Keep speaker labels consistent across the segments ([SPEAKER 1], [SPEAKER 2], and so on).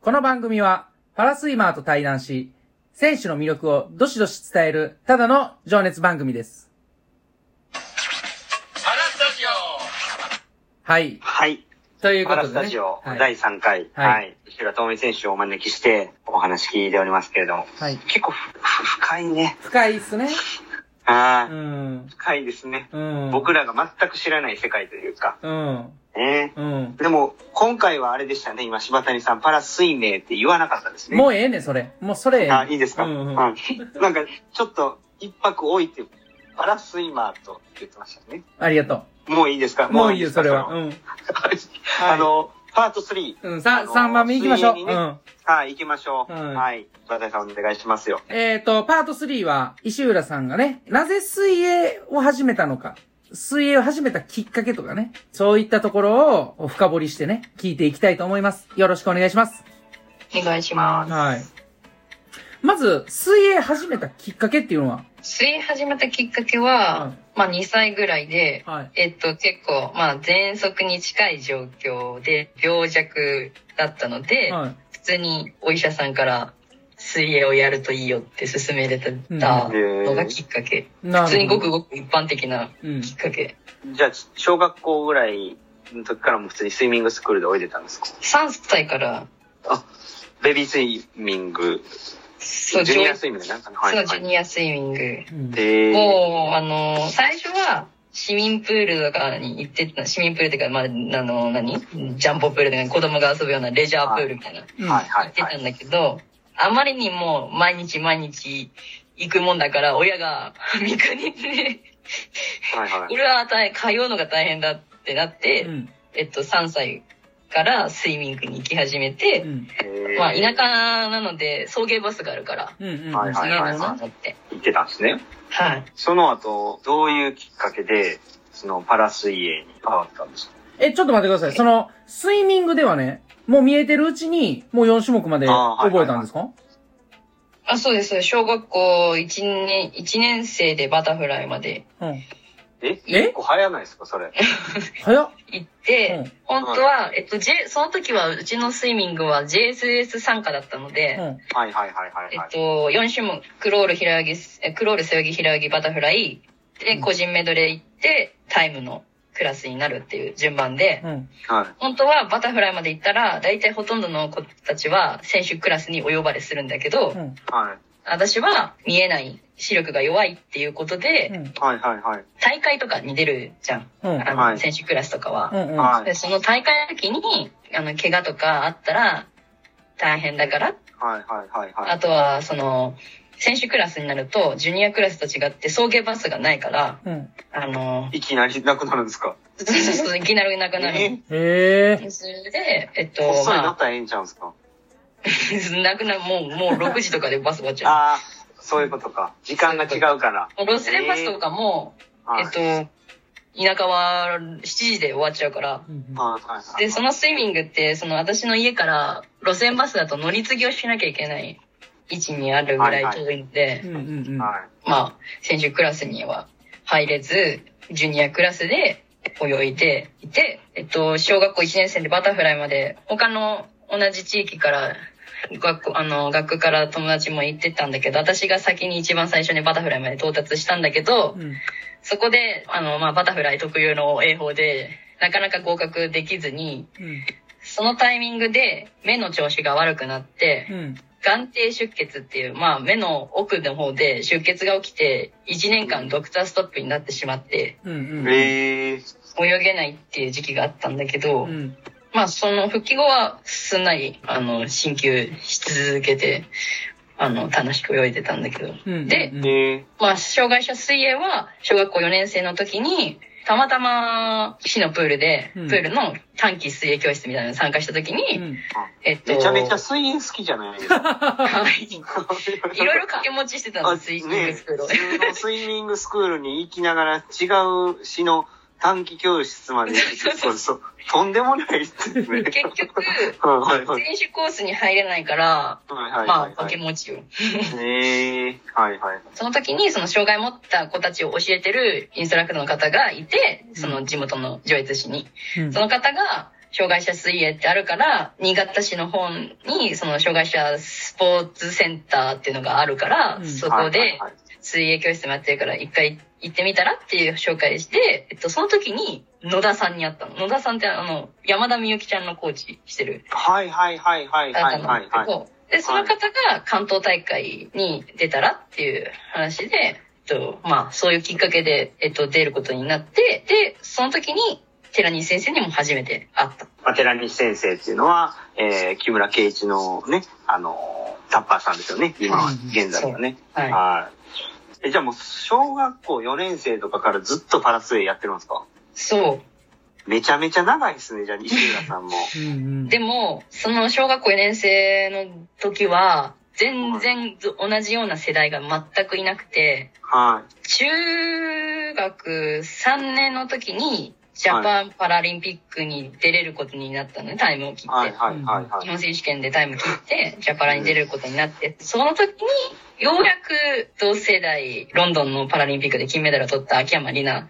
[SPEAKER 1] この番組は、パラスイマーと対談し、選手の魅力をどしどし伝える、ただの情熱番組です。
[SPEAKER 2] パラスタジオ
[SPEAKER 1] はい。
[SPEAKER 3] はい。
[SPEAKER 1] ということ
[SPEAKER 3] パラ
[SPEAKER 1] で、
[SPEAKER 3] ス
[SPEAKER 1] ね。
[SPEAKER 3] タジオ
[SPEAKER 1] はい。
[SPEAKER 3] 第3回、
[SPEAKER 1] はい
[SPEAKER 3] はい。吉浦透美選手をお招きしてお話聞いておりますけれども、
[SPEAKER 1] はい
[SPEAKER 3] 結構ふふ深いね。
[SPEAKER 1] 深いっすね。
[SPEAKER 3] あ
[SPEAKER 1] う
[SPEAKER 3] あ、
[SPEAKER 1] ん。
[SPEAKER 3] 深いですね。
[SPEAKER 1] うん。
[SPEAKER 3] 僕らが全く知らない世界というか、
[SPEAKER 1] うん。
[SPEAKER 3] ね。
[SPEAKER 1] うん。
[SPEAKER 3] でも、今回はあれでしたね。今、柴谷さん、パラ水明って言わなかったですね。
[SPEAKER 1] もうええねん、それ。もうそれ。
[SPEAKER 3] あ、いいですか、
[SPEAKER 1] う
[SPEAKER 3] うんん
[SPEAKER 1] うん
[SPEAKER 3] なんか、ちょっと、一泊置いて、パラスイマーと言ってましたね。
[SPEAKER 1] ありがと
[SPEAKER 3] もういいですか
[SPEAKER 1] う。もういいよ、
[SPEAKER 3] ですか
[SPEAKER 1] それは。
[SPEAKER 3] の
[SPEAKER 1] うん。
[SPEAKER 3] あの、パート3。
[SPEAKER 1] うん、
[SPEAKER 3] あ
[SPEAKER 1] さ、
[SPEAKER 3] の
[SPEAKER 1] 3番目行きましょう。
[SPEAKER 3] 水泳に
[SPEAKER 1] う
[SPEAKER 3] ね
[SPEAKER 1] ん。
[SPEAKER 3] はい、行きましょう。
[SPEAKER 1] はい
[SPEAKER 3] はい。柴谷さん、お願いしますよ。
[SPEAKER 1] えっ、と、パート3は、石浦さんがね、なぜ水泳を始めたのか、水泳を始めたきっかけとかね、そういったところを深掘りしてね、聞いていきたいと思います。よろしくお願いします。
[SPEAKER 4] お願いしま
[SPEAKER 1] はい。まず、水泳始めたきっかけっていうのは、
[SPEAKER 4] す。水泳始めたきっかけ
[SPEAKER 1] う
[SPEAKER 4] は
[SPEAKER 1] ん、
[SPEAKER 4] まあ2歳ぐらいで、
[SPEAKER 1] はい。
[SPEAKER 4] えっと結構、まあ喘息に近い状況で病弱だったので、
[SPEAKER 1] はい。
[SPEAKER 4] 普通にお医者さんから水泳をやるといいよって勧められたのがきっかけ。
[SPEAKER 1] な
[SPEAKER 4] 普通にごくごく一般的な
[SPEAKER 1] うん。
[SPEAKER 4] きっかけ。
[SPEAKER 3] じゃあ、小学校ぐらいの時からも普通にスイミングスクールで泳いでたんですか
[SPEAKER 4] 3歳から、
[SPEAKER 3] ベビースイミング、ジ
[SPEAKER 4] そう、
[SPEAKER 3] ュニア
[SPEAKER 4] 上
[SPEAKER 3] スイミングなんかの
[SPEAKER 4] そう、ジュニアスイミング。
[SPEAKER 1] うん
[SPEAKER 3] で、
[SPEAKER 4] もう、あの、最初は、市民プールとかに行ってた、市民プールとか、まあ、あの、何ジャンボプールとか、子供が遊ぶようなレジャープールみたいな、
[SPEAKER 1] うん
[SPEAKER 3] はいは
[SPEAKER 4] 行っ
[SPEAKER 3] い
[SPEAKER 4] て
[SPEAKER 3] は
[SPEAKER 4] た
[SPEAKER 3] い。
[SPEAKER 4] んだけど、あまりにも毎日毎日行くもんだから、親が 三日にね、
[SPEAKER 3] はいはい。
[SPEAKER 4] 俺は大変、通うのが大変だってなって、
[SPEAKER 1] うん。
[SPEAKER 4] えっと、3歳からスイミングに行き始めて、
[SPEAKER 1] うん。
[SPEAKER 3] へー
[SPEAKER 4] まあ、田舎なので、送迎バスがあるから、
[SPEAKER 1] うん。うん。
[SPEAKER 3] はいはいはい
[SPEAKER 4] 送迎バスに乗って。
[SPEAKER 3] 行ってたんですね。
[SPEAKER 4] はい。
[SPEAKER 3] その後、どういうきっかけで、そのパラ水泳に変わったんですか
[SPEAKER 1] え、ちょっと待ってください。その、スイミングではね、もう見えてるうちに、もう4種目まで覚えたんですか
[SPEAKER 4] あ、そうです。小学校1年、一年生でバタフライまで
[SPEAKER 1] うん。
[SPEAKER 3] え
[SPEAKER 1] え
[SPEAKER 3] 結構早ないですかそれ。
[SPEAKER 1] 早っ。
[SPEAKER 4] 行っ
[SPEAKER 1] う
[SPEAKER 4] て
[SPEAKER 1] ん、
[SPEAKER 4] 本当は、えっと、J、その時はうちのスイミングは JSS 参加だったの
[SPEAKER 1] う
[SPEAKER 4] で、
[SPEAKER 1] ん。
[SPEAKER 3] はいはいはいはい
[SPEAKER 4] え
[SPEAKER 3] は
[SPEAKER 4] っ
[SPEAKER 3] い。
[SPEAKER 4] と、4種目、クロール平泳ぎ、えクロール背泳ぎ平泳ぎバタフライ、
[SPEAKER 1] う
[SPEAKER 4] で、
[SPEAKER 1] ん
[SPEAKER 4] 個人メドレー行って、タイムのクラスになるっていう順番で、
[SPEAKER 1] うん。
[SPEAKER 3] はい。
[SPEAKER 4] 本当はバタフライまで行ったら、大体ほとんどの子たちは選手クラスにお呼ばれするんだけど
[SPEAKER 1] う、ん。
[SPEAKER 3] はい。
[SPEAKER 4] 私は見えない、視力が弱いっていうこと
[SPEAKER 1] う
[SPEAKER 4] で、
[SPEAKER 1] ん。
[SPEAKER 3] はいはいはい。
[SPEAKER 4] 大会とかに出るじゃん。
[SPEAKER 1] うん。
[SPEAKER 4] あの、
[SPEAKER 3] はい
[SPEAKER 4] 選手クラスとかは。
[SPEAKER 1] うん。うん。
[SPEAKER 3] はい。
[SPEAKER 4] でその大会の時に、あの、怪我とかあったら大変だから、
[SPEAKER 3] はいはいはいは
[SPEAKER 4] あ
[SPEAKER 3] い。
[SPEAKER 4] とは、その、選手クラスになると、ジュニアクラスと違って送迎バスがないから、
[SPEAKER 1] うん。
[SPEAKER 4] あの、
[SPEAKER 3] いきなりなくなるんですか
[SPEAKER 4] そうそうそう、いきなりなくなる。
[SPEAKER 1] へえ。
[SPEAKER 4] それで、えっと
[SPEAKER 3] こっ、そりな
[SPEAKER 4] ま
[SPEAKER 3] ったらええんちゃうんですか
[SPEAKER 4] あ、 なくなる、もう、もう6時とかでバス終わっちゃ
[SPEAKER 3] ああ、そういうことか。時間が違うから。
[SPEAKER 4] う。もう路線バスとかも、
[SPEAKER 3] は
[SPEAKER 4] え
[SPEAKER 3] い
[SPEAKER 4] っと、田舎は7時で終わっちゃうから、
[SPEAKER 1] うん
[SPEAKER 3] はいはいはい
[SPEAKER 4] で、そのスイミングって、その私の家から路線バスだと乗り継ぎをしなきゃいけない位置にあるぐらい遠いんで、
[SPEAKER 1] うんうん
[SPEAKER 3] はい
[SPEAKER 4] まあ、選手クラスには入れず、ジュニアクラスで泳いでいて、えっと、小学校1年生でバタフライまで、他の同じ地域から、学校、あの、学区から友達も行ってたんだけど、私が先に一番最初にバタフライまで到達したんだけど、
[SPEAKER 1] うん。うん。
[SPEAKER 4] そこで、あの、まあ、バタフライ特有の泳法で、なかなか合格できずに、
[SPEAKER 1] うん。
[SPEAKER 4] そのタイミングで目の調子が悪くなって、
[SPEAKER 1] うん。
[SPEAKER 4] 眼底出血っていう、まあ目の奥の方で出血が起きて、1年間ドクターストップになってしまって、
[SPEAKER 1] うん。え。
[SPEAKER 3] えー、
[SPEAKER 4] 泳げないっていう時期があったんだけど、
[SPEAKER 1] うん。
[SPEAKER 4] まあその復帰後はすんなり、あの、進級し続けて、あの、楽しく泳いでたんだけど。
[SPEAKER 1] うん。
[SPEAKER 3] え
[SPEAKER 4] まあ、障害者水泳は、小学校4年生の時に、たまたま市のプールで、
[SPEAKER 1] うん
[SPEAKER 4] プールの短期水泳教室みたいなのに参加した時に、
[SPEAKER 1] うん。
[SPEAKER 4] えっ
[SPEAKER 3] ー、
[SPEAKER 4] と、
[SPEAKER 3] めちゃめちゃ水泳好きじゃないですか。
[SPEAKER 4] はい。い ろいろ掛け持ちしてたん
[SPEAKER 3] あ
[SPEAKER 4] です、
[SPEAKER 3] ね
[SPEAKER 4] 水泳スクールを
[SPEAKER 3] 普通のスイミングスクールに行きながら違う市の短期教室まで行くってそうそう。とんでもないですね。
[SPEAKER 4] 結局、
[SPEAKER 3] うんはいはい。
[SPEAKER 4] 選手コースに入れないから、
[SPEAKER 3] はいはい
[SPEAKER 4] まあ、
[SPEAKER 3] は
[SPEAKER 4] 掛け
[SPEAKER 3] い。
[SPEAKER 4] 持ちを。
[SPEAKER 3] えー、はいはい。
[SPEAKER 4] その時に、その障害持った子たちを教えてるインストラクターの方がいて、その地元の上越市に。
[SPEAKER 1] うん
[SPEAKER 4] その方が、障害者水泳ってあるから、新潟市の方に、その障害者スポーツセンターっていうのがあるから、
[SPEAKER 1] うん
[SPEAKER 4] そこ
[SPEAKER 3] はい
[SPEAKER 4] で
[SPEAKER 3] はいはい
[SPEAKER 4] 水泳教室もやってるから、一回行ってみたらっていう紹介して、えっと、その時に野田さんに会ったの。野田さんってあの、山田美幸ちゃんのコーチしてる
[SPEAKER 3] はいはいはいはい
[SPEAKER 4] あな
[SPEAKER 3] は
[SPEAKER 4] た
[SPEAKER 3] いはいはい。
[SPEAKER 4] ので、その方が関東大会に出たらっていう話で、えっと、まあ、そういうきっかけで、えっと、出ることになって、で、その時に、寺西先生にも初めて会った。
[SPEAKER 3] まあ、寺西先生っていうのは、えー、木村圭一のね、あのータッパーさんですよね。今は
[SPEAKER 1] うん、
[SPEAKER 3] 現在はね。
[SPEAKER 4] はい。
[SPEAKER 3] はい。え、じゃあもう、小学校4年生とかからずっとパラ水泳やってるんですか
[SPEAKER 4] そ
[SPEAKER 3] めちゃめちゃ長いですね、じゃあ西浦 さんも。
[SPEAKER 1] うんうん
[SPEAKER 4] う。でも、その小学校4年生の時は、全然ず同じような世代が全くいなくて、
[SPEAKER 3] はい。
[SPEAKER 4] 中学3年の時に、ジャパンパラリンピックに出れることになったのね、タイムを切って。
[SPEAKER 3] はいはいはいは
[SPEAKER 4] 日
[SPEAKER 3] い。
[SPEAKER 4] 本選手権でタイム切って、ジャパラに出ることになって、その時に、ようやく同世代、ロンドンのパラリンピックで金メダルを取った秋山里奈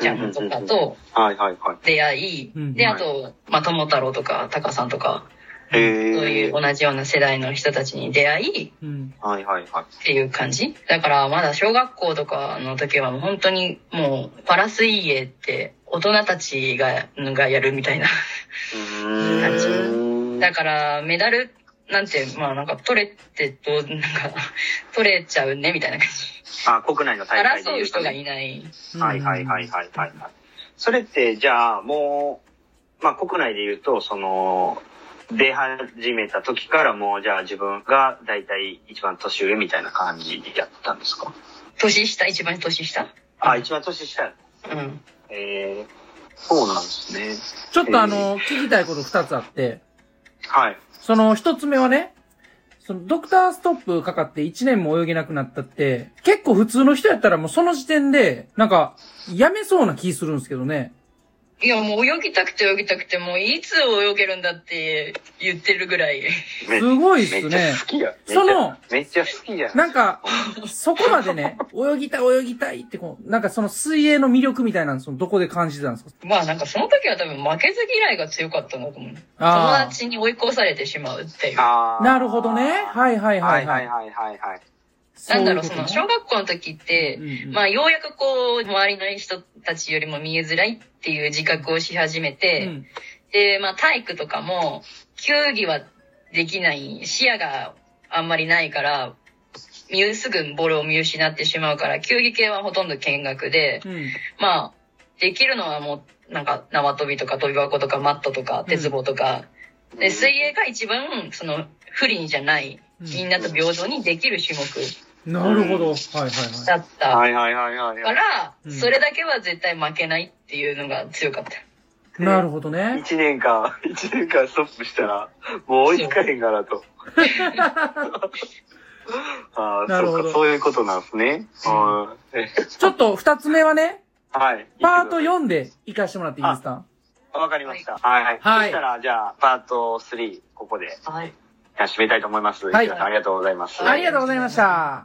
[SPEAKER 4] ちゃんとかと
[SPEAKER 3] はいはいはい。
[SPEAKER 4] 出会
[SPEAKER 1] うん
[SPEAKER 4] い、で、あと、まあ、友太郎とか、タカさんとか、
[SPEAKER 3] え
[SPEAKER 4] そう
[SPEAKER 3] ー。
[SPEAKER 4] いう同じような世代の人たちに出会い、
[SPEAKER 1] うん
[SPEAKER 3] はいはいはい。
[SPEAKER 4] っていう感じだから、まだ小学校とかの時はもう本当にもう、パラ水泳って、大人たちが、がやるみたいな。
[SPEAKER 3] うーん。
[SPEAKER 4] だから、メダルなんて、まあなんか取れてどう、なんか、取れちゃうねみたいな感
[SPEAKER 3] あ、国内の大会
[SPEAKER 4] じ。
[SPEAKER 3] で
[SPEAKER 4] 争
[SPEAKER 3] 言
[SPEAKER 4] う
[SPEAKER 3] うと
[SPEAKER 4] 人が
[SPEAKER 3] ね。
[SPEAKER 4] いない。
[SPEAKER 3] はいはいはいはいはい。はいそれって、じゃあ、もう、まあ、国内で言うと、その、出始めた時からもう、じゃあ自分が大体一番年上みたいな感じでやったんですか
[SPEAKER 4] 年下、一番年下
[SPEAKER 3] あ、一番年下や。
[SPEAKER 4] うん。
[SPEAKER 3] えー、そうなんですね。
[SPEAKER 1] ちょっとあの、聞きたいこと二つあって、
[SPEAKER 3] はい。
[SPEAKER 1] その一つ目はね、そのドクターストップかかって1年も泳げなくなったって、結構普通の人やったらもうその時点で、なんか、やめそうな気するんですけどね。
[SPEAKER 4] いや、もう泳ぎたくて泳ぎたくて、もういつ泳げるんだって言ってるぐらい。
[SPEAKER 3] め
[SPEAKER 1] すごいっすね
[SPEAKER 3] めっちゃ好きや。めっちゃ
[SPEAKER 1] その、
[SPEAKER 3] めっちゃ好きや。
[SPEAKER 1] なんか、そこまでね、泳ぎたい泳ぎたいってこう、なんかその水泳の魅力みたいなの、そのどこで感じてたんですか
[SPEAKER 4] まあなんかその時は多分負けず嫌いが強かったんだと思う。友
[SPEAKER 1] あー
[SPEAKER 4] 達に追い越されてしまうっていう。
[SPEAKER 3] あー
[SPEAKER 1] なるほどね。はいはい
[SPEAKER 3] は
[SPEAKER 1] はいい
[SPEAKER 3] は
[SPEAKER 1] はいい。
[SPEAKER 3] はいはいはい。
[SPEAKER 4] なんだろう、
[SPEAKER 1] い
[SPEAKER 4] そ
[SPEAKER 1] こ
[SPEAKER 4] の
[SPEAKER 1] と
[SPEAKER 4] 小学校の時って、
[SPEAKER 1] うんうん
[SPEAKER 4] まあ、ようやくこう、周りの人たちよりも見えづらいっていう自覚をし始めて、
[SPEAKER 1] うん
[SPEAKER 4] で、まあ、体育とかも、球技はできない、視野があんまりないから、見うすぐボールを見失ってしまうから、球技系はほとんど見学で、
[SPEAKER 1] うん。
[SPEAKER 4] まあ、できるのはもう、なんか、縄跳びとか、跳び箱とか、マットとか、鉄棒とか、で、水泳が一番、その、不利じゃない、
[SPEAKER 1] うん
[SPEAKER 4] みんなと平等にできる種目
[SPEAKER 1] なるほど。はいはいは
[SPEAKER 4] だ
[SPEAKER 1] い。
[SPEAKER 4] った。
[SPEAKER 3] はいはいはいはい
[SPEAKER 4] か
[SPEAKER 3] は
[SPEAKER 4] ら、
[SPEAKER 1] うん
[SPEAKER 4] それだけは絶対負けないっていうのが強かった。
[SPEAKER 3] い。
[SPEAKER 1] なるほどね。
[SPEAKER 3] 一年間、一年間ストップしたら、もう追いつかへんからと。ああ、
[SPEAKER 1] なる
[SPEAKER 3] そ
[SPEAKER 1] ほ
[SPEAKER 3] うか、
[SPEAKER 1] ど
[SPEAKER 3] そういうことなんですね。はいえ
[SPEAKER 1] ちょっと二つ目はね、
[SPEAKER 3] はい。
[SPEAKER 1] パート4で行かしてもらっていいですか
[SPEAKER 3] わかりました。はいはい。
[SPEAKER 1] はい
[SPEAKER 3] そしたら、じゃあ、パート3、ここで
[SPEAKER 4] はい。
[SPEAKER 3] 締めたいと思います。
[SPEAKER 1] はい
[SPEAKER 3] 石田さんありがとうございます。
[SPEAKER 4] あ
[SPEAKER 1] ありがとうございました。